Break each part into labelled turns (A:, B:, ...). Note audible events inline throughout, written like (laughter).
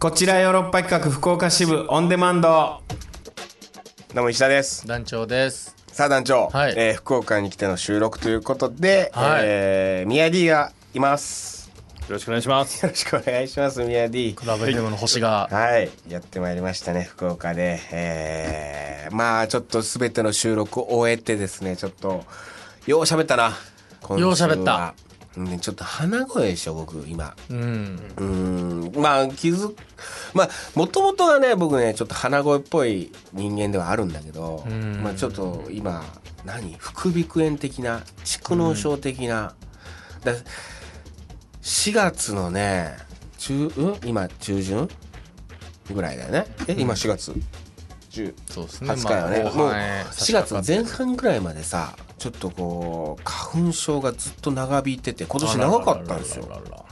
A: こちらヨーロッパ企画福岡支部オンデマンド
B: どうも石田です。
C: 団長です。
B: さあ団長、
C: はい
B: えー福岡に来ての収録ということで、
C: はい
B: えー、ミヤディがいます。
D: ろしくお願いします
B: よろしくお願いします、ミヤディ。
C: ラブ FM の星が。
B: はい、やってまいりましたね、福岡で。えー、まあちょっとすべての収録を終えてですね、ちょっと、よう喋ったな。今週は
C: よう喋った。
B: うんちょっと鼻声でしょ、僕、今。
C: うん。
B: うーんまあ気づまあもともとがね僕ねちょっと鼻声っぽい人間ではあるんだけど
C: ん
B: まあちょっと今何副鼻腔炎的な蓄膿症的な、だ4月のね中、うん、今中旬ぐらいだよねえ今4月10
C: そうですね。
B: 20日よね、
C: まあ後
B: もう
C: 半へ差し
B: 4
C: 掛か
B: 月前半ぐらいまでさちょっとこう花粉症がずっと長引いてて今年長かったんですよ
C: あららららら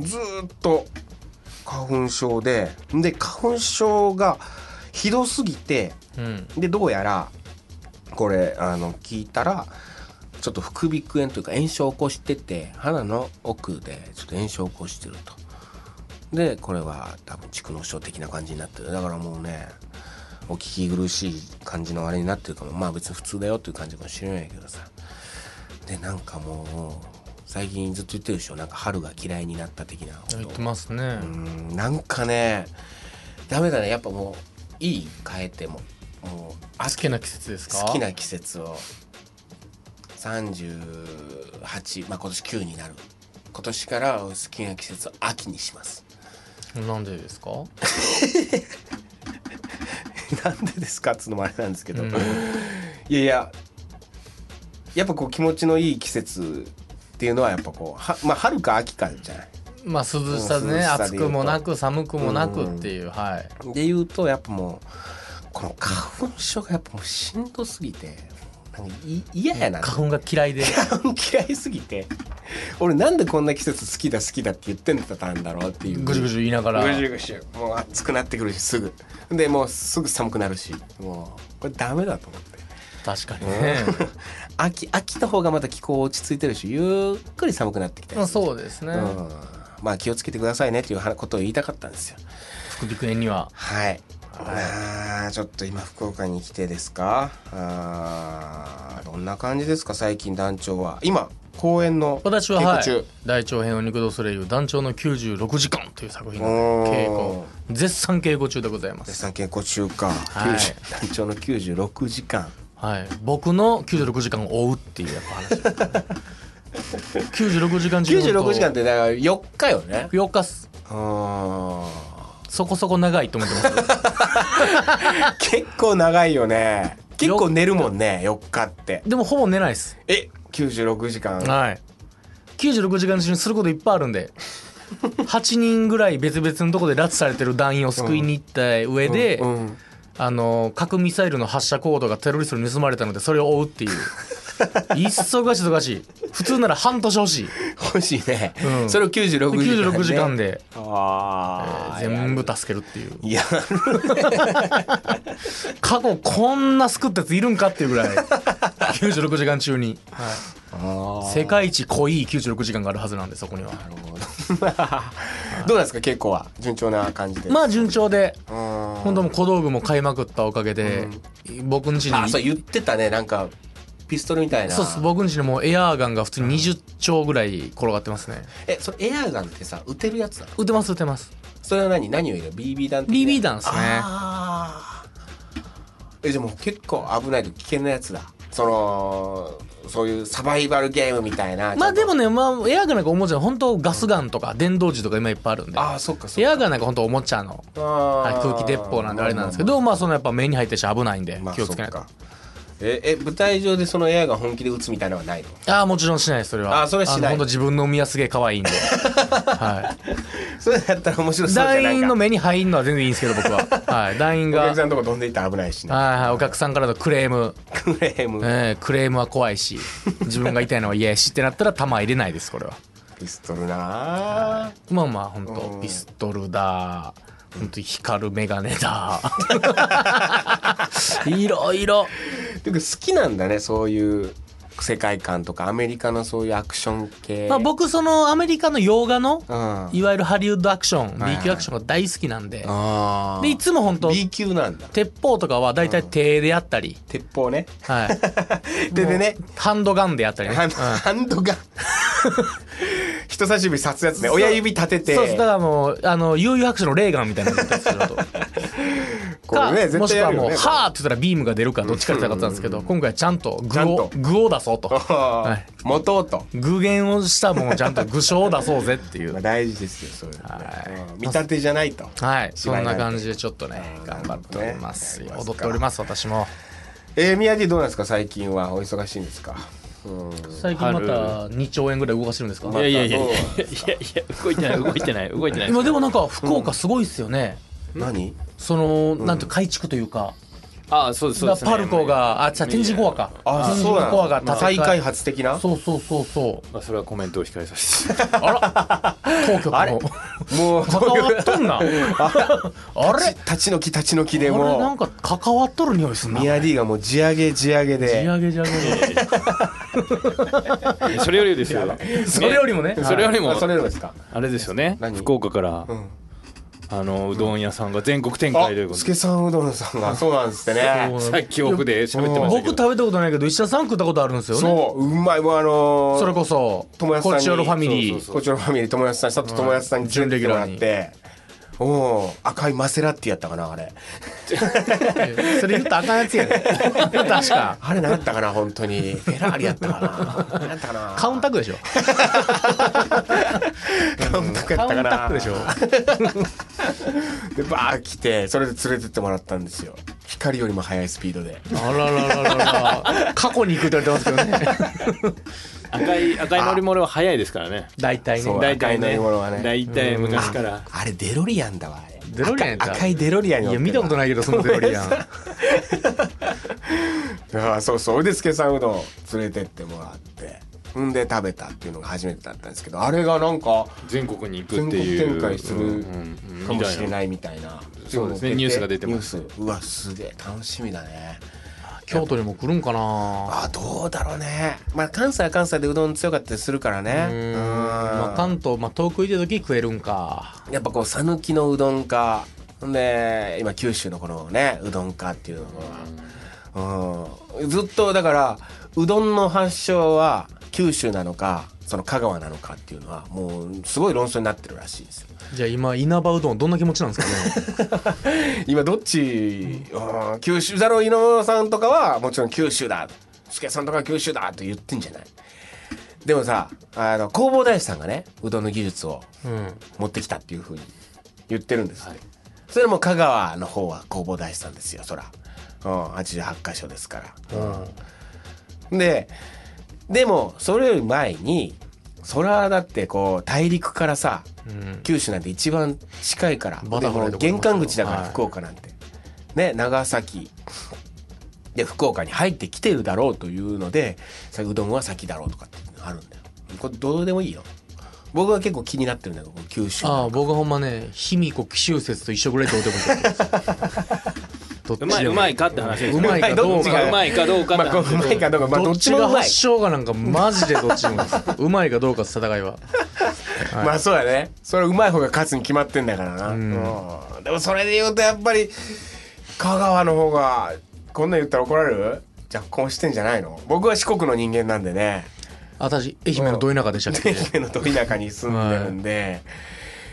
C: ら
B: ずーっと花粉症でで花粉症がひどすぎて
C: うん。
B: でどうやらこれあの聞いたらちょっと副鼻腔炎というか炎症を起こしてて鼻の奥でちょっと炎症を起こしてるとでこれは多分蓄膿症的な感じになってるだからもうねお聞き苦しい感じのあれになってるかもまあ別に普通だよっていう感じかもしれないけどさでなんかもう最近ずっと言ってるでしょなんか春が嫌いになった的なこと
C: 言ってますね。
B: うんなんかねダメだねやっぱもういい変えてももう
C: 好きな季節ですか
B: 好きな季節を38まあ今年9になる今年から好きな季節を秋にします
C: なんでですか
B: (laughs) なんでですかっつうのもあれなんですけど、
C: うん
B: いやいややっぱこう気持ちのいい季節っていうのはやっぱこうは、まあ、春か秋かじゃない
C: まあ涼しさで
B: 涼
C: ね、
B: しさで言うと
C: 暑くもなく寒くもなくっていう、はい。
B: で言うとやっぱもうこの花粉症がやっぱもうしんどすぎてなんかい嫌やなって
C: 花粉が嫌いで。
B: 花粉嫌いすぎて俺なんでこんな季節好きだ好きだって言ってんだったんだろうっていう
C: ぐじゅぐじゅ言いながら。
B: ぐじゅぐじゅもう暑くなってくるしすぐでもうすぐ寒くなるしもうこれダメだと思って
C: 確かにね。
B: 秋秋の方がまた気候落ち着いてるしゆっくり寒くなってきたり
C: まあ
B: する
C: そうですね
B: う。んまあ気をつけてくださいねっていうことを言いたかったんですよ
C: 副鼻腔炎には。
B: はいあーちょっと今福岡に来てですかあーどんな感じですか最近団長は今公演の
C: 私は、は
B: 稽古中
C: い、大長編を肉道ソレイユ団長の96時間という作品の
B: おー
C: 稽古絶賛稽古中でございま
B: 絶
C: す、
B: 賛稽古中か、
C: はい
B: 90団 (laughs) 長の96時間
C: はい、僕の96時間を追うっていうやっぱ話ですね96時間中
B: 96時間ってだから4日よね
C: 4日っす
B: あ
C: そこそこ長いと思ってま
B: (laughs)
C: す
B: ー結構長いよね結構寝るもんね4日って
C: でもほぼ寝ないっす
B: え96時間
C: はい96時間中にすることいっぱいあるんで8人ぐらい別々のとこで拉致されてる団員を救いに行った上で、
B: うん
C: あの核ミサイルの発射コードがテロリストに盗まれたのでそれを追うっていう
B: (laughs)
C: 忙しい忙しい普通なら半年欲しい
B: 欲しいね、
C: うん
B: それを96時間、ね、
C: 96時間で
B: あー
C: 全部助けるっていう
B: いや
C: 過去こんな救ったやついるんかっていうぐら (laughs) い96時間中に、世界一濃い96時間があるはずなんでそこには
B: どう (laughs) なんですか結構は順調な感じで
C: まあ順調で
B: あ
C: 本当もう小道具も買いまくったおかげで、僕ん家に
B: あそう言ってたねなんかピストルみたいな
C: そうっす僕ん家にもうエアーガンが普通に20丁ぐらい転がってますね
B: えそれエアガンってさ撃てるやつなの
C: 撃てます撃てます
B: それは何何を入れる BB 弾的な
C: BB 弾っすね
B: あーえじゃあもう結構危ないと危険なやつだそのそういうサバイバルゲームみたいな
C: まあ
B: ち
C: で
B: ゃんと
C: もね、まあ、エアガンなんかおもちゃ、本当ガスガンとか電動銃とか今いっぱいあるんで。
B: ああそっかそっ
C: エ
B: か
C: アガンなんか本当おもちゃの、はい、
B: あー
C: 空気鉄砲なんであれなんですけど、まあそのやっぱ目に入ってるし危ないんで
B: まあ
C: 気をつけないと。
B: そっかええ舞台上でそのエアガン本気で撃つみたいなのはないの
C: ああ、もちろんしないです、それは。
B: あーそれはしない
C: の本当自分の海はすげえ可愛い
B: (laughs)
C: んで。は
B: それだったら面白そう
C: い。
B: じゃないか
C: 団員の目に入んのは全然いいんですけど、僕は。
B: (laughs)
C: はい。団員
B: お
C: が
B: 客。さんのとこ飛んでいったら危ないしね
C: はいはい、お客さんからのクレーム、
B: (laughs) クレーム
C: えークレームは怖いし自分が痛いのは嫌やしってなったら弾入れないですこれは
B: ピストルなあ
C: まあまあ本
B: う
C: 当
B: ん
C: ピストルだ本当光るメガネ
B: (laughs)
C: だいろいろ
B: てか好きなんだねそういう世界観とかアメリカのそういうアクション系、
C: まあ、僕そのアメリカの洋画の
B: うん
C: いわゆるハリウッドアクション
B: はい
C: B 級アクションが大好きなんで
B: あ
C: でいつも本当
B: B 級なんだ
C: 鉄砲とかは大体手でやったり、
B: 鉄砲ね
C: はい、
B: (laughs) 手でね
C: もうハンドガンでやったりね、
B: ハン
C: うん
B: ハンドガン (laughs) 人差し指刺すやつね
C: そう
B: 親指立てて
C: そうですだからもうあの悠々白書のレーガンみたいなことですよ
B: (laughs) これね絶
C: もし
B: 対
C: く
B: や
C: は
B: る
C: も
B: よ
C: う「
B: ね
C: はあ」って言ったらビームが出るからどっちかってなかったんですけど今回はちゃんと
B: ち
C: 具
B: ゃん
C: を
B: と
C: 具を出そうとはい
B: 持とうと、
C: 具現をしたもんをちゃんと具象を出そうぜってい
B: (laughs) まあ、
C: う
B: 大事ですよそういうのね、
C: はい
B: うん見立てじゃないと
C: はいそ
B: 芝居
C: ん
B: なんて
C: な感じでちょっとね頑張っております
B: なるほどね
C: 踊っております私も
B: えー、宮地どうなんですか最近はお忙しいんですか、うん
C: 最近また2兆円ぐらい動かしてるんですか
D: いやいやいやいやいやいや動いてない動いてない動いてない
C: 今でもなんか福岡すごいっすよね
B: 何
C: そのなんて改築というか
D: あそうですそうです、ね、
C: パルコがあ違う天神コアか
B: あ
C: 天
B: そう
C: 神
B: なん
C: コアが
B: まあ
C: 建
B: 再
C: て替
B: 開
C: え
B: 発的な
C: そうそうそうそう
D: まあそれはコメントを控えさせて
C: 当局
B: あれ
C: も
B: もう
C: 関わっとん
B: (laughs)
C: なあれ
B: 立ち退き立ち退きで
C: あれな
B: も
C: んか関わっとる匂いすん
B: う
C: な
B: 宮 D がもう地上げ地上げ
C: 地
B: で
C: 上げ地上げ
D: (laughs) それよりですよ、
C: それよりもね
D: それよりも
B: あそれよりですか
D: あれですよね
B: 何
D: 福岡から、
B: ん
D: あのうどん屋さんが全国展
B: あ
D: 開というこ、と
B: ス
D: で
B: ケさんうどんさんがそうなんですってね
D: さっきオフで喋ってました
C: 僕
D: けど
C: 食べたことないけど石田さん食ったことあるんですよね
B: そううまいもうあのー
C: それこそ
B: 友達さ
C: こ
B: ん
C: っ
B: に
C: ちよろファミリ
D: そうそう
C: ー
D: そ
B: こっちのファミリー友達さん佐藤友達さんに連れてきてもらっ
C: 準
B: ておう赤いマセラティやったかなあれ
C: それ言ったらあかんやつ
B: (laughs)
C: やね確か
B: あれ何やったかな本当にフェラーリやったかな何やったかな
C: カウンタックでしょ
B: カウンタックや
C: カ
B: っ
C: ウ
B: たか
C: ンタ
B: な
C: ックでしょ
B: でバー来てそれで連れてってもらったんですよ光よりも速いスピードで
C: あららららら過去に行くって言われてますけどね
D: 赤い赤い乗り物は早いですからね
C: (laughs) 大体
B: そう
C: ね
D: 大体
B: 赤い乗り
D: ね
B: 物はね
D: 大体昔から
B: あれデロリアンだわあれ
C: デロリアンやった
B: 赤赤いデロリアン
C: いや見たこと
B: い
C: ないけどそのデロリアン
B: ああそうそうそれで助さんうどん連れてってもらってほんで食べたっていうのが初めてだったんですけどあれがなんか
D: 全国に行く
B: 全
D: って
B: 国
D: いう
B: 展開するかもしれ
D: い
B: ないみたいな
D: そうですねニュースが出てます
B: ニュースうわすげえ楽しみだね
C: 京都にも来るんかな
B: あどうだろうねまあ関西は関西でうどん強かったりするからねうん
C: まあ、関東、まあ、遠く行った時食えるんか
B: やっぱこう讃岐のうどんかほんで今九州のこのねうどんかっていうのが、うん、ずっとだからうどんの発祥は九州なのかその香川なのかっていうのはもうすごい論争になってるらしいですよ
C: じゃあ今稲葉うどんどんな気持ちなんですかね
B: 今どっち、うん、九州だろう井上さんとかはもちろん九州だ助さんとかは九州だと言ってんじゃないでもさあの弘法大師さんがねうどんの技術を
C: うん
B: 持ってきたっていうふうに言ってるんですって、それも香川の方は弘法大師さんですよそら、うん、88箇所ですから、うん、ででもそれより前にそらだってこう大陸からさ
C: うん
B: 九州なんて一番近いから
C: バタフライ
B: でも
C: とかも
B: 玄関口だから
C: はい
B: 福岡なんて、ね長崎で福岡に入ってきてるだろうというのでさうどんは先だろうとかっていうのがあるんだよこれどうでもいいよ僕は結構気になってるんだけどこの九州
C: (laughs) ああ僕はほんまね卑弥呼紀州説と一緒ぐらいどうでもいい (laughs) と思ってる
D: う
C: どっ
D: ま
C: ち
D: い
C: で
D: う
C: も
D: まいかって話です
C: う
D: よ
C: まいかど
B: ど
C: う
B: っちが
C: か
D: うまいかどうかっ
B: ま
D: て
B: あこう
D: 話
B: うまいかどうか、まあ、
C: ど
B: ど
C: っ
B: っち
C: ち
B: も
C: が
B: うまい
C: 発祥かなんかマジでどっちでもいいですうまいかどうかって戦いは
B: まあそうだねそれうまい方が勝つに決まってんだからな、うんでもそれで言うとやっぱり香川の方がこんなん言ったら怒られるじゃあ婚してんじゃないの僕は四国の人間なんでね
C: 私愛媛のど田舎でしたっけ
B: 愛
C: (laughs)
B: 媛のど田舎に住んでるんで、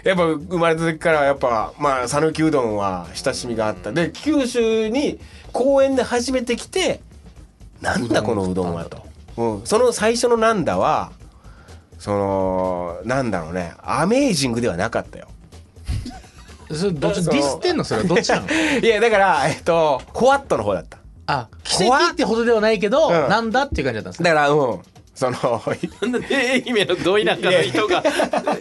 B: やっぱ生まれた時からやっぱまあ讃岐うどんは親しみがあったで九州に公園で初めて来てなんだこのうどんはと、うん、その最初のなんだはそのなんだろうねアメージングではなかったよ
C: それどっちディスってんのそれはどっち (laughs) なの
B: いやだからえっとホワットの方だった
C: あ奇跡ってほどではないけど、
B: うん
C: なんだっていう感じだったんですね
B: だからうんその
D: なんで愛媛のど田舎の人が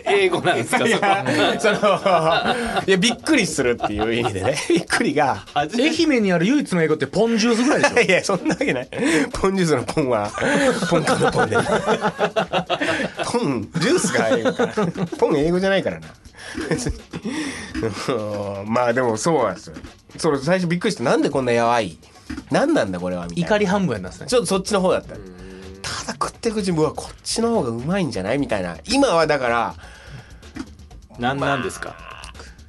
D: 英語なんですか
B: い
D: そこ
B: やそのいやびっくりするっていう意味でねびっくりが
D: 初め
C: 愛
D: て
C: 媛にある唯一の英語ってポンジュースぐらい (laughs) でし
B: い
C: ょ
B: やそんなわけないポンジュースのポンはポンカンのポンでポンジュースが英語かなポン英語じゃないからな (laughs) 別にうんまあでもそうなんですよそれ最初びっくりしてなんでこんなやばい何なんだこれはみたいな
C: 怒り半分やったんですね
B: ちょっとそっちの方だったたっていくうちにうわこっちの方がうまいんじゃないみたいな今はだから
D: 何なんですか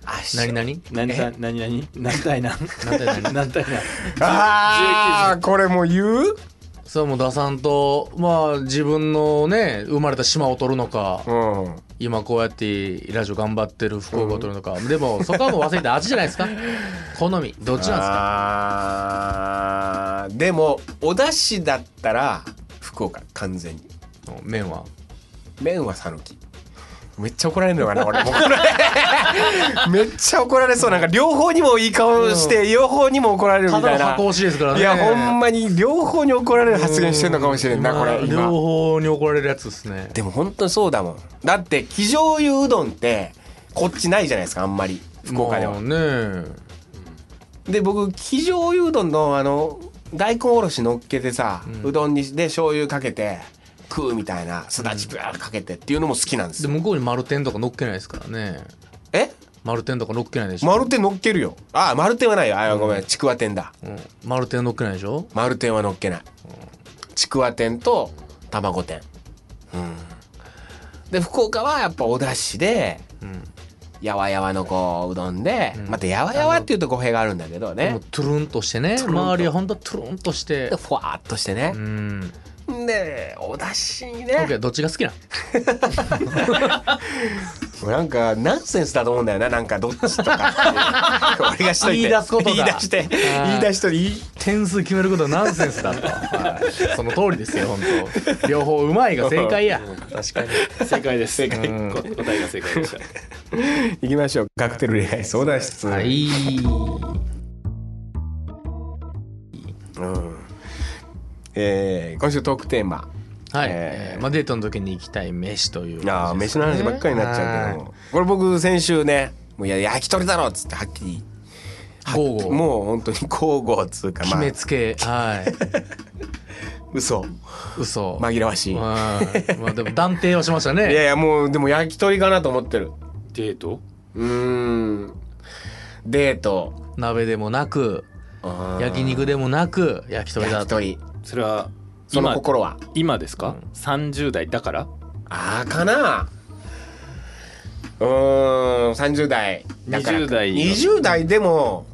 B: 足
C: 何何
D: 何た何何何対何
C: 何対何
D: 何対何
B: ああこれもう言う
C: それはもう打算とまあ自分のね生まれた島を取るのか、
B: うん
C: 今こうやってラジオ頑張ってる福岡を取るのか、でもそこはもう忘れて味じゃないですか (laughs) 好みどっちなんですか
B: あーでもお出汁だったら福岡完全に
C: 麺は
B: 麺は讃岐めっちゃ怒られるの
C: (laughs)
B: かな俺もうこれめっちゃ怒られそうなんか両方にもいい顔して両方にも怒られる
C: た
B: みた
C: だ
B: い
C: の
B: な
C: 箱推しですから
B: い
C: ね
B: やほんまに両方に怒られる発言してんのかもしれんなこれ
C: うん
B: 今
C: 両方に怒られるやつですね
B: でも本当にそうだもんだって生醤油うどんってこっちないじゃないですかあんまり福岡では
C: まあね
B: で僕生醤油うどんのあの大根おろし乗っけてさ、うどんにで醤油かけて食うみたいなすだちぶわーかけてっていうのも好きなんです
C: で
B: よ、
C: 向こうに丸天とか乗っけないですからね
B: え
C: 丸天とか乗っけないでしょ
B: 丸天乗っけるよあ丸天はないよあごめん、ちくわ天だ
C: うん丸天乗っけないでしょ
B: 丸天は乗っけない、ちくわ天と卵天うんで福岡はやっぱお出汁で、やわやわのこううどんで、またやわやわっていうと語弊があるんだけど
C: でも
B: ね
C: トゥルンとしてね
B: ンと
C: 周りはほんとトゥルンとして
B: でふわーっとしてね
C: う、ん
B: でお出汁に
C: オ
B: ね
C: ッケーどっちが好きなん
B: なんかナンセンスだと思うんだよななんかどっちとか
C: (laughs)
B: 俺がしといて
C: 言い出すことが
B: 言い出して言い出しとい
C: 点数決めることはナンセンスだと、はいその通りですよ本当両方うまいが正解や
B: 確かに
D: 正解です正解
C: うん
D: こ答えが正解でした
B: 行きましょうカクテル恋愛相談室
C: はい
B: うんえー今週トークテーマ
C: はい、
B: え
C: えーまあ、デートの時に行きたい飯という
B: あー飯の話ばっかりになっちゃうけどもこれ僕先週ね「もういや焼き鳥だろ」っつってはっきり
C: 午後
B: もう本当に交互っつうか
C: 決
B: まあ
C: めつけはい
B: 嘘 (laughs)
C: 嘘
B: 紛らわしいいや
C: はいまあでも断定はしましたね
B: いやもうでも焼き鳥かなと思ってる
D: デート
B: うーんデート
C: 鍋でもなく焼肉でもなく焼き鳥だ
B: 焼き
C: と
B: 鳥
D: それは
B: その
D: 今
B: 心は
D: 今ですか30代だから
B: ああかなうーん30代だから
D: 20代
B: 20代でも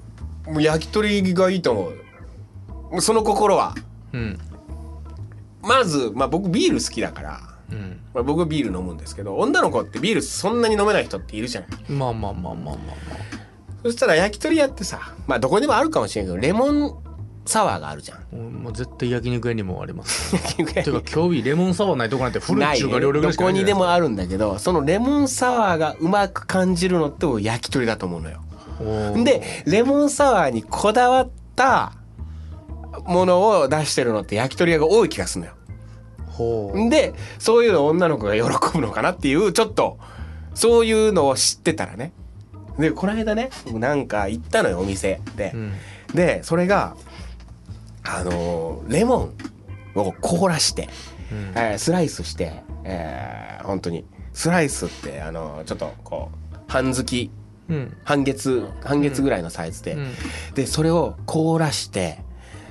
B: もう焼き鳥がいいと思うその心は
C: うん
B: まず、まあ、僕ビール好きだから、
C: うん
B: まあ、僕ビール飲むんですけど女の子ってビールそんなに飲めない人っているじゃない
C: まあまあまあまあまあま
B: そしたら焼き鳥屋ってさまあどこにもあるかもしれんけどレモンサワーがあるじゃん
C: あもう絶対焼肉屋にもあ
B: (laughs)
C: ります、ね、
B: 焼き鳥屋
C: ていうか今日日レモンサワーないとこなんて古い中華料理ぐら
B: ど
C: いしか
B: こ
C: ないん
B: に
C: じゃない
B: でもあるんだけどそのレモンサワーがうまく感じるのって僕焼き鳥だと思うのよ
C: おー
B: でレモンサワーにこだわったものを出してるのって焼き鳥屋が多い気がする
C: ほ
B: の
C: う
B: よ。でそういうの女の子が喜ぶのかなっていうちょっとそういうのを知ってたらねでこの間ねなんか行ったのよお店で、
C: うん
B: でそれがあのーレモンを凍らして、
C: うん
B: えースライスして、えー、本当にスライスってあのーちょっとこう半月
C: うん
B: 半月半月ぐらいのサイズで、
C: うん
B: でそれを凍らして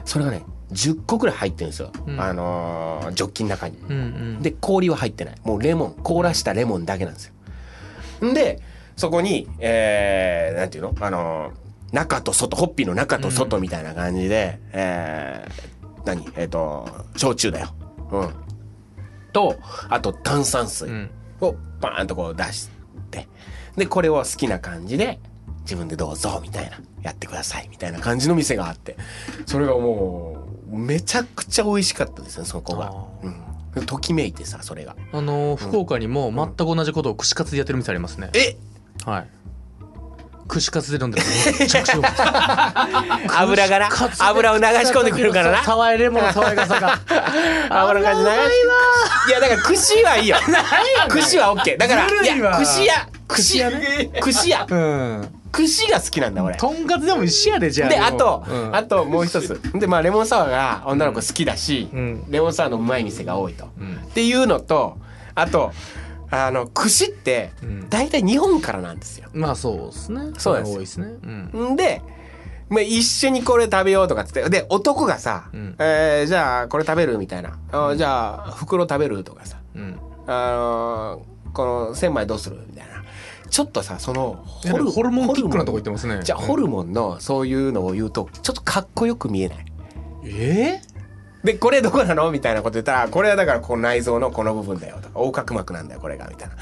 B: それがね10個ぐらい入ってるんですよ、
C: うん
B: あのージョッキの中に、
C: うんうん
B: で氷は入ってないもうレモン凍らしたレモンだけなんですよんでそこにえー、なんていうのあのー中と外ホッピーの中と外みたいな感じで、えー、何えっ、と焼酎だようんとあと炭酸水、
C: うん
B: をバーンとこう出してでこれを好きな感じで自分でどうぞみたいなやってくださいみたいな感じの店があってそれがもうめちゃくちゃ美味しかったですねそこが
C: あ、
B: うん、ときめいてさそれが
C: あのー福岡にも全く同じことを串カツでやってる店ありますね、
B: え
C: はい串カツで飲んでるめちゃくちゃうまい
B: 油がな
C: 串カツで
B: 油を流し込んでくるからな
C: 爽やレモンの爽やかさが
B: 油の感じ流しいやだから串はいいよ串は OK だから
C: ずる
B: い
C: いわ
B: や串や串や串や
C: うん
B: 串が好きなんだ俺
C: とんかつでも一緒やでじゃあ
B: であと、
C: うん
B: あともう一つでまあレモンサワーが女の子好きだし、
C: うん
B: レモンサワーのうまい店が多いと、
C: ん
B: っていうのとあとあの串って
C: ん
B: 大体日本からなんですよ。
C: まあそうですね
B: そうです
C: れが多いですねうん
B: んでまあ、一緒にこれ食べようとかっつって。で、男がさ、
C: うん
B: えーじゃあこれ食べるみたいな。あーじゃあ袋食べるとかさ、
C: うん
B: あのーこの千枚どうするみたいな。ちょっとさ、その
C: ホルホルモンキックなとこ行って
B: も
C: ますね
B: じゃあホルモンのそういうのを言うと、ちょっとかっこよく見えない。
C: え
B: で、これどこなのみたいなこと言ったら、これはだからこの内臓のこの部分だよとか、横隔膜なんだよ、これが、みたいな。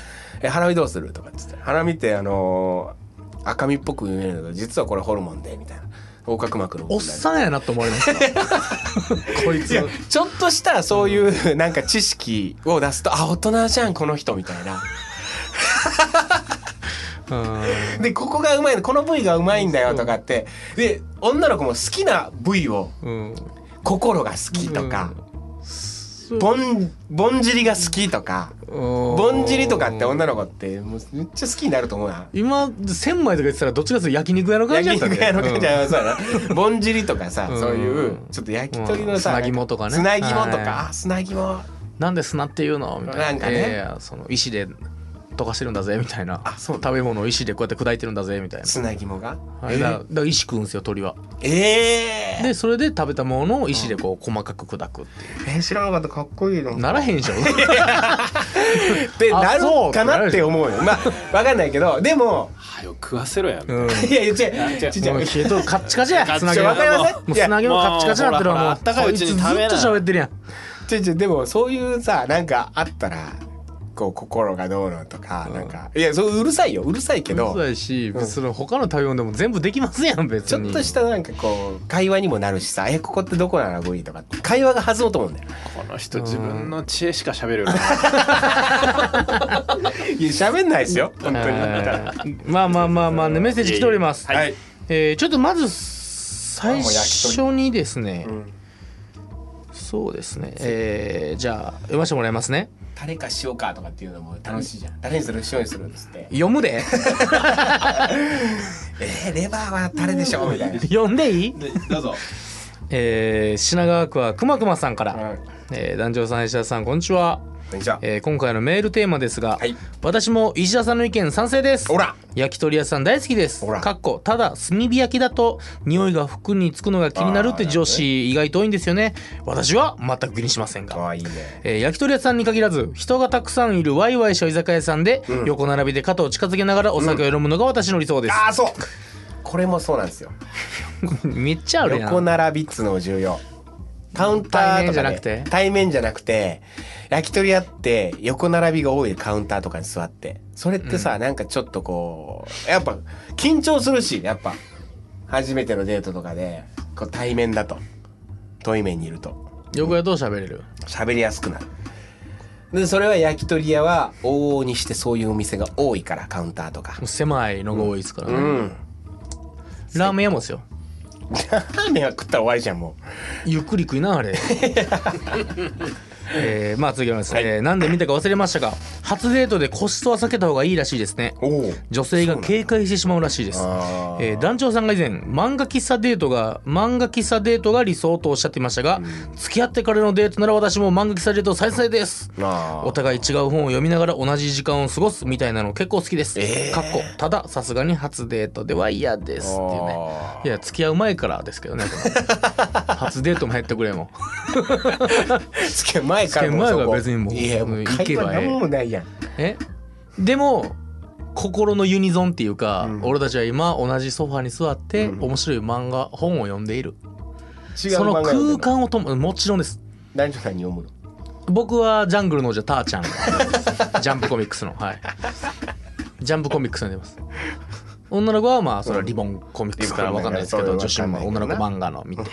B: え、花見どうするとかっつって。花見って、あのー赤身っぽく見えるけど、実はこれホルモンで、みたいな。横隔膜の部
C: おっ
B: 分だよ
C: さんやなと思われましたこいつ
B: ちょっとしたそういう (laughs) なんか知識を出すと、あ、大人じゃん、この人、みたい (laughs) な。
C: うん
B: で、ここがうまいの、この部位がうまいんだよ、とかって。で、女の子も好きな部位を、
C: うん
B: 心が好きとか、ぼん、ぼんじりが好きとか。ぼ
C: ぼ
B: んじりとかって女の子ってもうめっちゃ好きになると思うな。
C: 今千枚とか言ってたらどっちかというと焼肉屋の感じやっ
B: 焼
C: た
B: 肉屋の感じはそうやな。ぼんじりとかさ、
C: うん
B: そういうちょっと焼き鳥のさ、
C: うん砂肝とかね
B: 砂肝と
C: はい
B: か、あ砂肝。
C: なんで砂っていうのみたいな
B: なんかね
C: いやいやその石で溶かしてるんだぜみたいな
B: あそう
C: 食べ物を石でこうやって砕いてるんだぜみたいな、
B: 砂肝が。
C: はい、だからだから石食うんですよ鳥は
B: ええ
C: でそれで食べたものを石でこう細かく砕くってい
B: えー知らなかったかっこいいの
C: う。ならへん
B: (laughs)
C: でしょ
B: って
C: あ
B: なる
C: そう
B: かなって思うよ。まあわかんないけど、でも
D: はよ食わせろやみたいな
C: うん
B: いやいや違う
D: 違う
B: 違う
C: もう
B: 違う。
C: ひどいカッチカ
B: (laughs)
C: チや
D: カッチ
C: 砂
B: ちょ
C: 肝
B: わかりません
C: もう
B: いや
C: 砂肝カッチカチになってるわ
D: も
C: もう
D: うほらあったかいうちに
C: こつ
D: 食べな
C: ずっと喋ってるやん
B: ちょちょでもそういうさなんかあったらこう心がどうのとかなんかいやそううるさいようるさいけど
C: そうやし別に他の食べ物でも全部できますやん別
B: ちょ
C: に
B: っとしたなんかこう会話にもなるしさ「えここってどこなの?」いとかって会話が弾むと思うんだよ。
D: この人自分の知恵しか喋るよない
B: や喋んないですよ本当に。
C: はいまあまあまあまあねメッセージ来ております
D: はい
C: えーちょっとまず最初にですね、
B: ん
C: そうですね、えーじゃあ読ませてもらいますね
B: タレか塩かとかっていうのも楽しいじゃん。タレにする塩にするっつって。
C: 読
B: (laughs)
C: むで
B: えー、レバーはタレ (laughs) でしょみたいな。
C: 読んでいい、
D: どうぞ
C: えー品川区はくまくまさんから、
B: うん
C: えー団長さん石田さんこんにちは、
B: こんにちは。
C: えー今回のメールテーマですが、
B: はい
C: 私も石田さんの意見賛成です
B: ほら
C: 焼き鳥屋さん大好きです
B: ほら
C: かっこただ炭火焼きだと匂いが服につくのが気になるって上司意外と多いんですよね私は全く気にしませんが
B: かわいいね。
C: えー焼き鳥屋さんに限らず人がたくさんいるワイワイした居酒屋さんで、横並びで肩を近づけながらお酒を飲むのが私の理想です、
B: ああ、そうこれもそうなんですよ。
C: (laughs) めっちゃあるやん
B: 横並びっつのも重要。カウンターとか、ね、
C: 対面じゃなくて
B: 対面じゃなくて焼き鳥屋って横並びが多いカウンターとかに座ってそれってさ、なんかちょっとこうやっぱ緊張するしやっぱ初めてのデートとかでこう対面だと対面にいると
C: 横屋どう喋れる
B: 喋りやすくなるでそれは焼き鳥屋は往々にしてそういうお店が多いからカウンターとか
C: もう狭いのが多いですからね、
B: うん
C: ラーメン屋もですよ
B: ラーメンは食ったら終わりじゃんも
C: ゆっくり食いな
B: (laughs)
C: あれえーまあ続きます、えーなんで見たか忘れましたが初デートで個室は避けた方がいいらしいですね
B: うおお
C: 女性が警戒してしまうらしいです
B: あ、
C: えー団長さんが以前漫画喫茶デートが漫画喫茶デートが理想とおっしゃっていましたが、付き合ってからのデートなら私も漫画喫茶デート再生です
B: あー
C: お互い違う本を読みながら同じ時間を過ごすみたいなの結構好きです、
B: えー
C: かっこたださすがに初デートでは嫌ですっていうね
B: あ
C: いや付き合う前からですけどねこ
B: (laughs)
C: の初デートも減ってくれも
B: ーつけ前からもう
C: つけ
B: そ
C: 前
B: こ
C: は別にもう
B: いやも
C: う
B: うん会話なんもないやん
C: えでも心のユニゾンっていうか、俺たちは今同じソファに座って、面白い漫画本を読んでいる
B: 違う
C: その
B: 漫画読んでん
C: 空
B: の
C: 間をとももちろんです
B: 男女さんに読むの
C: 僕はジャングルの王者タ
B: (laughs)
C: ーちゃんジャンプコミックスのはいジャンプコミックスに出ます女の子はまあそれはリボンコミックスからわかんないですけど
B: リボン
C: 女
B: コミックス
C: 子も女の子漫画の見て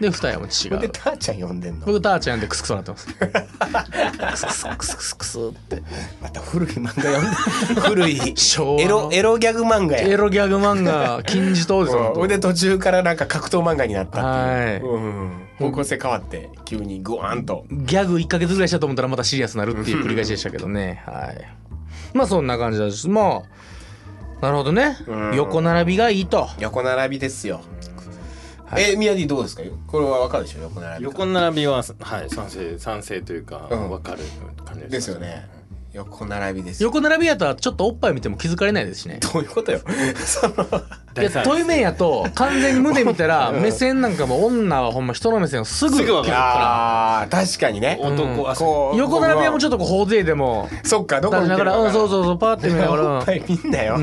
C: で二人はも
B: ほん
C: う違
B: で
C: う
B: ターちゃん読んでんの
C: 僕ターちゃんでクスクソなってます
B: (laughs)
C: クスクスクスクスクスって
B: また古い漫画読ん
C: (laughs)
B: で古い
C: 昭和
B: エロ
C: の
B: エロギャグ漫画や
C: エロギャグ漫画金字塔ですよ
B: ほ
C: 本
B: んで途中からなんか格闘漫画になったっていう、
C: は
B: うん、方向性変わって急にグワーンと
C: 当ギャグ1ヶ月ぐらいしたと思ったらまたシリアスになるっていう繰り返しでしたけ
B: (laughs)
C: どねはいまあそんな感じですまあなるほどね
B: うん
C: 横並びがいいと
B: 横並びですよ、え宮城どうですかこれはわかるでしょ横並び
D: 横並びははい賛成賛成というか
B: うん
D: わかる感じ
B: ですよね横並びですよ
C: 横並びやとちょっとおっぱい見ても気づかれないです
B: (laughs)
C: しね
B: どういうことよその
C: いや
D: 大体
C: 遠い面やと完全に胸見たら目線なんかも女はほんま人の目線をすぐ
D: すぐわかる
B: あー確かにね
D: 男はそう
B: こう
C: 横並びはもうちょ
B: っ
C: っとこう頬杖でも
B: とそっかどこ
C: だ
B: 見て
C: か
B: る
C: らうんそ
B: う (laughs)
C: うそうそうパーって見ながら
B: いっぱい見んなよ、
C: う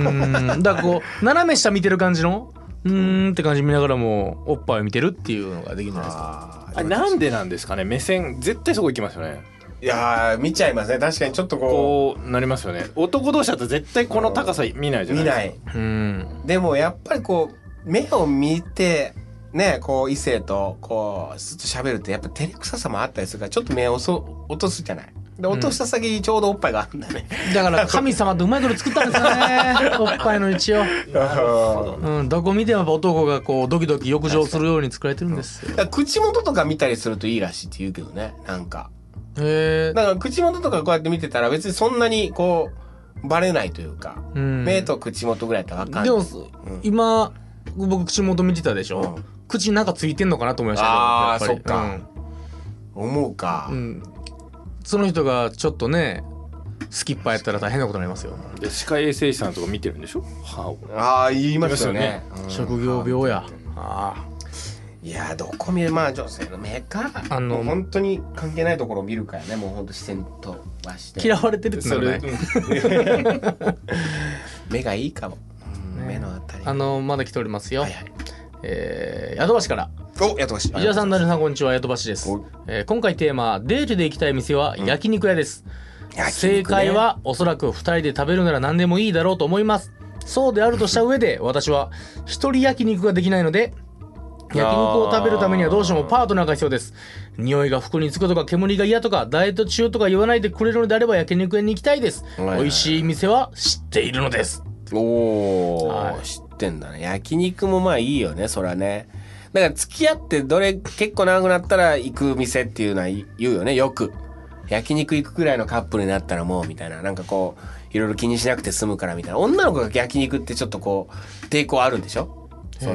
C: んだからこう斜め下見てる感じのうーんって感じ見ながらもおっぱいを見てるっていうのができるんじゃないですか
B: あ
D: あ
B: ー
D: れなんでなんですかね目線絶対そこ行きますよね
B: いやー見ちゃいますね確かにちょっとこ
D: こうなりますよね男同士だと絶対この高さ見ないうじゃ
B: 見
D: ないです
B: な
D: か
B: い
C: うん
B: でもやっぱりこう目を見てねこう異性とこうずっと喋るとやっぱ照れくささもあったりするからちょっと目をそ落とすじゃないで落とした先にちょうどおっぱいがあるんだね、
C: だから神様ってうまいこと作ったんですよ (laughs) ねおっぱいの一応
B: だ
C: うんどこ見てもやっぱ男がこうドキドキ浴場するように作られてるんですよ
B: から口元とか見たりするといいらしいって言うけどねなんか
C: へえ
B: だから口元とかこうやって見てたら別にそんなにこうバレないというか、
C: うん
B: 目と口元ぐらいだったらわかんない
C: でも今僕口元見てたでしょ
B: うん
C: 口なんかついてんのかなと思いましたけど
B: あー
C: やぱり
B: そっか思うか、
C: うんうんその人がちょっとねスキッパーやったら大変なことになりますよ
D: で歯科衛生士さんとか見てるんでしょ歯を
B: ああ言いますよねうん
C: 職業病やああ
B: いやーどこ見るまあ女性の目か
C: あ
B: あ
C: の
B: の本当に関係ないところを見るからねもう本当視線とはして
C: 嫌われてるってな
D: そ
C: る
D: れ、
C: ね
B: 目がいいかも、うん目のあたり
C: あのまだ来ておりますよ、
B: はいはい
C: えー、ヤドバシから
B: おやとばし
C: 石田さん、
B: だ
C: ダルさん、こんにちは、ヤドバシです
B: おい。
C: えー今回テーマ、デートで行きたい店は焼肉屋です。正解は、おそらく2人で食べるなら何でもいいだろうと思います。そうであるとした上で、私は一人焼肉ができないので、焼肉を食べるためにはどうしてもパートナーが必要です。匂いが服につくとか煙が嫌とか、ダイエット中とか言わないでくれるのであれば焼肉屋に行きたいです。
B: はいはい
C: 美味しい店は知っているのです。
B: おおー、
C: はい
B: 知ってんだね焼肉もまあいいよねそらねだから付き合ってどれ結構長くなったら行く店っていうのは言うよねよく焼肉行くくらいのカップルになったらもうみたいななんかこういろいろ気にしなくて済むからみたいな女の子が焼肉ってちょっとこう抵抗あるんでしょ
C: へ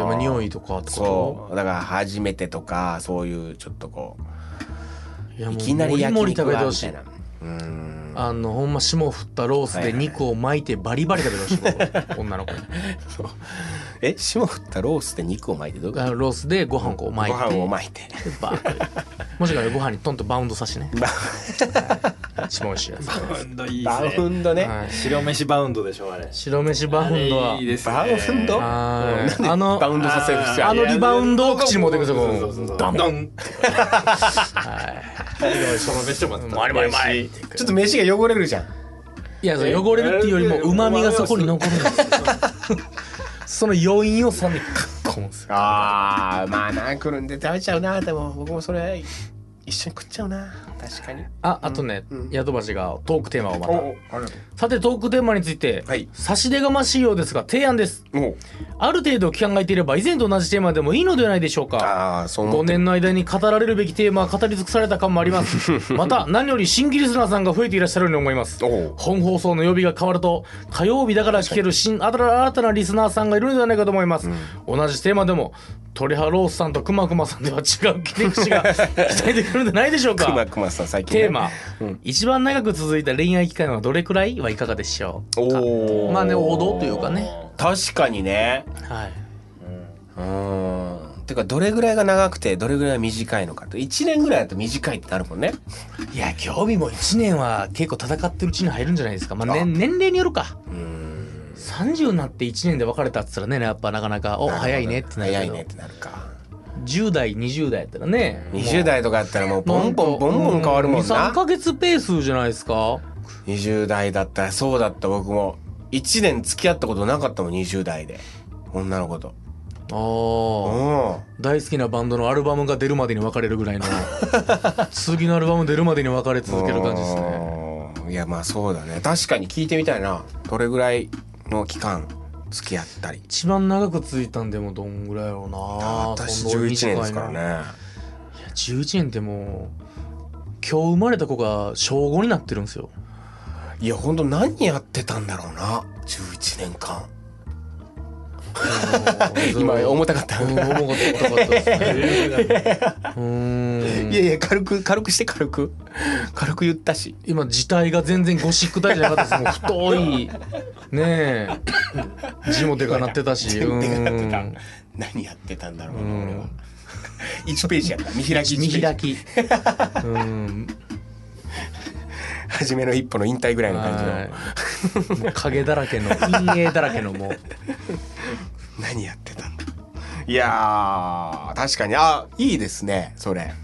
C: え、まあ、匂いとかってこと
B: そうだから初めてとかそういうちょっとこう
C: いやも
B: いうきなり焼
C: もり
B: 肉
C: 食べて
B: は
C: ほ
B: み
C: した
B: い
C: い
B: なうーん
C: あのほんま霜降ったロースで肉を巻いてバリバリ食べてほしい女の子に
B: え霜降ったロースで肉を巻いてどういうこ
C: あのロースでご飯をこう
B: と
C: 巻い
B: ご
C: て
B: 飯を巻いて
C: バーッともしかしたらご飯にトンとバウンドさしてね
B: (laughs) バ
C: 一番美味しいやつ
D: バウンドいい
B: バウ
D: ね
B: ンドね
C: はい
D: 白飯バウンドでしょあれ
C: 白飯バウンドは
D: あれいいですね
B: バウンド
C: はい
B: なんで
C: あの
B: バウンドさせる必要
C: あのリバウンドを口に持ってくる
D: そ
C: と
D: う
C: こ
D: そうそうそう
C: ダン
D: ドンはいその飯を (laughs) 待って
C: まりまりまり
B: ちょっと飯が汚れるじゃん
C: いやその汚れるっていうよりもうまみがそこに残るんですよその余韻をさらにかっこむんですよ
B: あーまあなくるんで食べちゃうなでも僕もそれ一緒に食っちゃうな確かに
C: ああとねヤドバシがトークテーマをまた
B: あれ
C: さてトークテーマについて、
B: はい
C: 差し出がましいようですが提案です
B: もう
C: ある程度考えていれば以前と同じテーマでもいいのではないでしょうか
B: ああそう思っ
C: 5
B: て
C: 年の間に語られるべきテーマは語り尽くされた感もあります
B: (laughs)
C: また何より新規リスナーさんが増えていらっしゃるように思います
B: おう
C: 本放送の曜日が変わると火曜日だから聞ける新新たなリスナーさんがいるのではないかと思います、同じテーマでも鳥羽ロースさんとくまくまさんでは違う切り口
B: (laughs)
C: が期待できるのではないでしょうか
B: くまくまさん最近ね
C: テーマ、一番長く続いた恋愛期間はどれくらいはいかがでしょうか
B: おお
C: まあね王道というかね
B: 確かにね
C: はい、
B: うんてかどれぐらいが長くてどれぐらいが短いのかと1年ぐらいだと短いってなるもんね
C: いや興味も1年は結構戦ってるうちに入るんじゃないですか、まあ、ね、年齢によるか30になって1年で別れたっつったらねやっぱなかなかお早いねってなる
B: 早
C: け
B: い
C: ど、
B: ねってなるか
C: 10代20代やったらね
B: 20代とかやったらもうボンボンボンボン変わるもん
C: 3
B: な
C: ヶ月ペースじゃないですか
B: 20代だったらそうだった僕も1年付き合ったことなかったもん20代で女の子と
C: あ
B: う
C: ー
B: ん
C: 大好きなバンドのアルバムが出るまでに別れるぐら
B: (laughs)
C: いの次のアルバム出るまでに別れ続ける感じですね
B: ねいやまあそうだね確かに聞いてみたいなどれぐらいの期間付き合ったり
C: 一番長く続いたんでもどんぐらいやろうな
B: 私
C: この
B: 11年ですから
C: 短いの
B: ね
C: いや11年ってもう今日生まれた子が小5になってるんですよ
B: いやほんと何やってたんだろうな11年間 (laughs) 今重たかった
C: うん重かった重たかったですねうー
B: (laughs)
C: ん
B: いやいや軽く軽くして軽く軽く言ったし
C: 今字体が全然ゴシック体じゃなかったですもう太いねえ字もでかなってたし
B: 手がなって
C: う
B: た
C: ん
B: 何やってたんだろうな俺は1ページやった見開き1ペー
C: 見
B: ジ
C: 開きうん
B: 初めの一歩の引退ぐらいの感じの
C: はいもう影だらけの陰影だらけのもう
B: 何やってたんだいやー確かにあいいですねそれ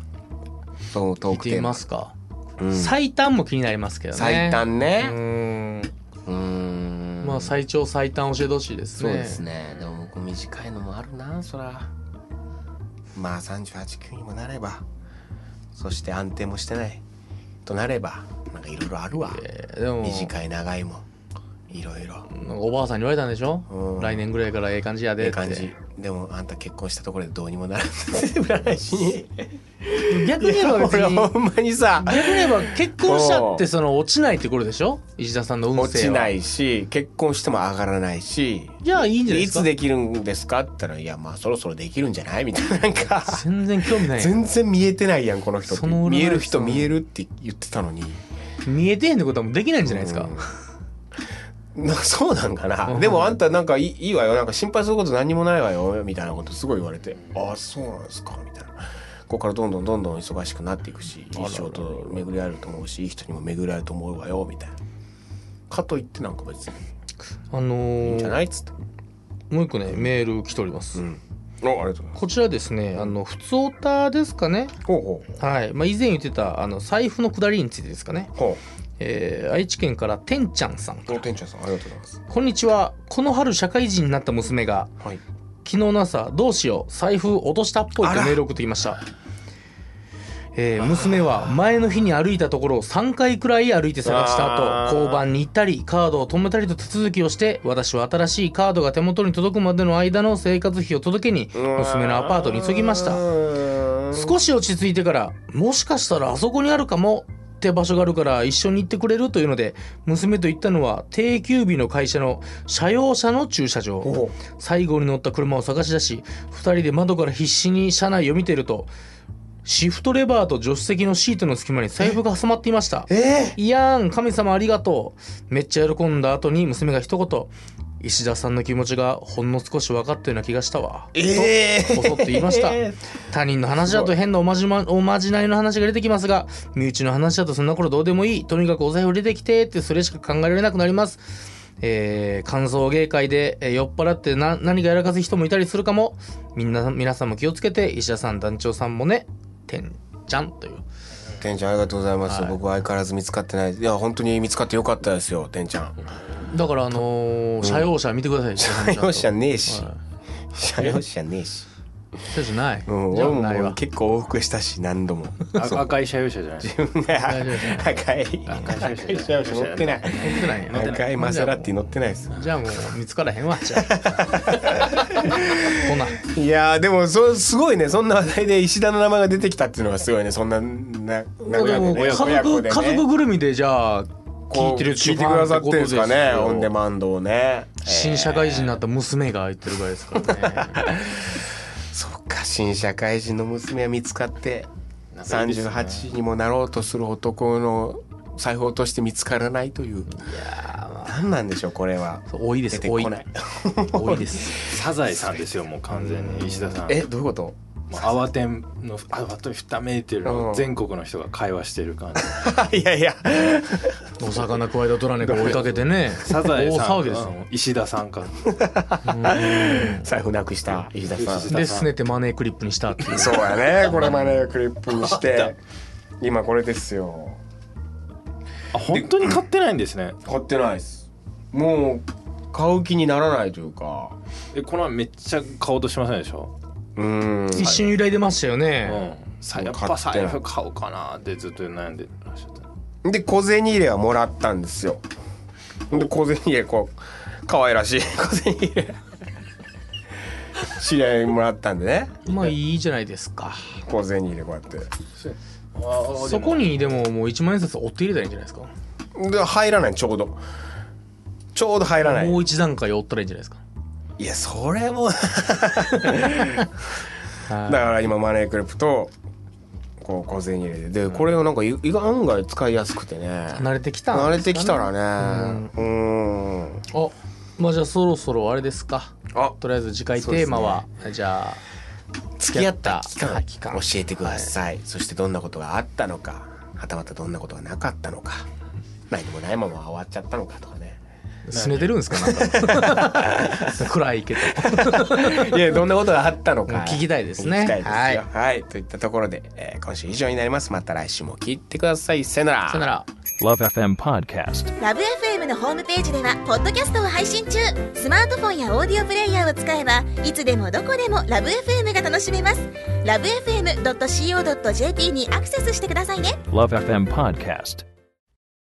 B: そのトー
C: 見
B: ク
C: て
B: テ
C: み
B: ー
C: ま
B: マ、
C: すか
B: うん
C: 最短も気になりますけどね
B: 最短
C: う
B: ね
C: ん
B: うーん
C: まあ最長最短教えてほしいです
B: そ
C: ね
B: うですねでも僕短いのもあるなそらまあ38級にもなればそして安定もしてないとなればなんかいろいろあるわ、
C: えーでも
B: 短い長いもいろいろ
C: なんかおばあさんに言われたんでしょ、
B: うん
C: 来年ぐらいからええ感じやでっ
B: え
C: て
B: え感じでもあんた結婚したところでどうにも
C: (laughs)
B: ならん占い師に
C: 逆に言えば
B: (laughs)
C: 別
B: 俺
C: に
B: ほんまにさ
C: 逆に言えば結婚したってその落ちないってことでしょ石田さんの運勢は
B: 落ちないし結婚しても上がらないし
C: じゃあいいんじゃない
B: い
C: ですか
B: つできるんですかって言ったら「いやまあそろそろできるんじゃない?」みたいななんか
C: 全然興味ない
B: 全然見えてないやんこの人
C: その占い師さん
B: 見える人見えるって言ってたのに
C: 見えてへんってことはもうできないんじゃないですか、
B: うんな (laughs) そうなんかなでもあんたなんかいいいいわよなんか心配すること何にもないわよみたいなことすごい言われて「ああそうなんですか」みたいな。ここからどんどんどんどん忙しくなっていくしいい仕事巡り合えると思うしいい人にも巡り合えると思うわよみたいなかといってなんか別に
C: あの
B: いいんじゃ
C: ー、
B: ないっつって
C: もう一個ねメール来ております、
B: うんおありがとうございます
C: こちらですねあの普通オタですかね
B: ほうほう
C: はい、まあ、以前言ってたあの財布の下りについてですかね、
B: ほう
C: えー愛知県からてんちゃんさん
B: お店長さんありがとうございます。
C: こんにちはこの春社会人になった娘が
B: はい。
C: 昨日の朝どうしよう財布落としたっぽいとメールを送ってきました、えー娘は前の日に歩いたところを3回くらい歩いて探した
B: あ
C: 後
B: ー
C: 交番に行ったりカードを止めたりと手続きをして私は新しいカードが手元に届くまでの間の生活費を届けに娘のアパートに急ぎました少し落ち着いてからもしかしたらあそこにあるかもって場所があるから一緒に行ってくれるというので娘と行ったのは定休日の会社の社用車の駐車場
B: ほ
C: 最後に乗った車を探し出し2人で窓から必死に車内を見ているとシフトレバーと助手席のシートの隙間に財布が挟まっていました
B: え
C: いやーん神様ありがとうめっちゃ喜んだ後に娘が一言石田さんの気持ちがほんの少し分かったような気がしたわ
B: ええ
C: とこそっと言いました他人の話だと変なおまじ,、ま、おまじないの話が出てきますが身内の話だとそんな頃どうでもいいとにかくお財布出てきてってそれしか考えられなくなりますえー、感想芸会で、えー酔っ払ってな何かやらかす人もいたりするかもみんな皆さんも気をつけて石田さん団長さんもねてんちゃんという
B: てんちゃんありがとうございます。
C: はい
B: 僕は相変わらず見つかってない。いや、本当に見つかってよかったですよ、てんちゃん。
C: だからあのー、車用車見てください石田さんちゃん
B: 車
C: と
B: 用車ねえし
C: は。
B: 車用車ねえし。
C: い車じゃない、
B: うん、
C: じ
B: 俺
C: ゃあ
B: も
C: ない
B: もう
C: わ
B: 結構往復したし、何度も。
D: あ赤い車用車じゃない
B: 赤
C: 丈夫
B: (laughs)
C: です
B: い。
D: 赤い
B: 赤い車用車乗ってない。
C: 乗ってないよね
B: 赤いマセラティ乗ってないです。
C: じゃあもう見つからへんわじゃあこんなん
B: いやーでもそすごいねそんな話題で石田の名前が出てきたっていうのがすごいねそんなな
C: まあでも家族
B: でね
C: 家族ぐるみでじゃあ
B: こう
C: 聞いてる
B: 聞いてくださってるんですかねオンデ
C: ね
B: マンドをね
C: 新社会人になった娘が言ってるぐらいですからね
B: そっか新社会人の娘は見つかって
D: 仲いいですね
B: 38にもなろうとする男の財布を落として見つからないという何なんでしょうこれは
C: そう多いで
B: 出
C: す
B: て
C: 多い
B: こない
C: 多いです
D: サザエさんですよもう完全に石田さん
B: えどういうこと
D: もう慌てんの慌てふためいてるのを全国の人が会話してる感じ
B: いやいや
C: お魚くわえたドラネコ追いかけてね
D: (laughs) サザエさんか
C: 大騒ぎですよ
D: 石田さんか
B: 財布なくした石田さん
D: 石田
C: で拗ねてマネークリップにしたっていう
B: そうやねこれまでクリップにして今これですよ
D: あ本当に買ってないんですね
B: 買ってないですもう買う気にならないというか
D: えこの前めっちゃ買おうとしませんでしょ、
B: うん
C: 一瞬揺らいでましたよ
D: う
C: ね
D: ん、さ
B: うん
D: やっ
B: 買
D: ぱ
B: ってない
D: 財布買おうかなってずっと悩んでらっしゃった
B: で小銭入れはもらったんですよで小銭入れこう可愛らしい (laughs) 小銭入れ知り合いにもらったんでね
C: まあいいじゃないですか
B: 小銭入れこうやって
C: そこにでももう一万円札追って入れたらいいんじゃないですか
B: で入らないちょうどちょうど入らない
C: もう一段階追ったらいいんじゃないですか
B: いやそれも (laughs)
C: は
B: だ
C: い
B: から今マネークレープとこう小銭入れででこれをなんかい意外案外使いやすくてね
C: 慣れてきたん
B: 慣れ
C: です
B: て
C: か
B: き
C: ね
B: たらねうんん
C: あまあじゃあそろそろあれですか
B: あ
C: とりあえず次回テーマは、じゃあ
B: 付き合った期間
C: はい期間
B: 教えてください、そしてどんなことがあったのかはたまたどんなことがなかったのか何もないまま終わっちゃったのかとか (laughs) ね
C: 拗ねてるんですかなんか暗いけど
B: いやどんなことがあったのか
C: 聞きたいですね
B: 聞きたいですよはい、といったところで、えー今週以上になりますまた来週も聞いてくださいさよなら
C: さよなら
E: Love FM Podcast.
F: ラブ f m のホームページではポッドキャストを配信中スマートフォンやオーディオプレイヤーを使えばいつでもどこでもラブ f m が楽しめますラブ FM.co.jp にアクセスしてくださいね
E: Love FM Podcast.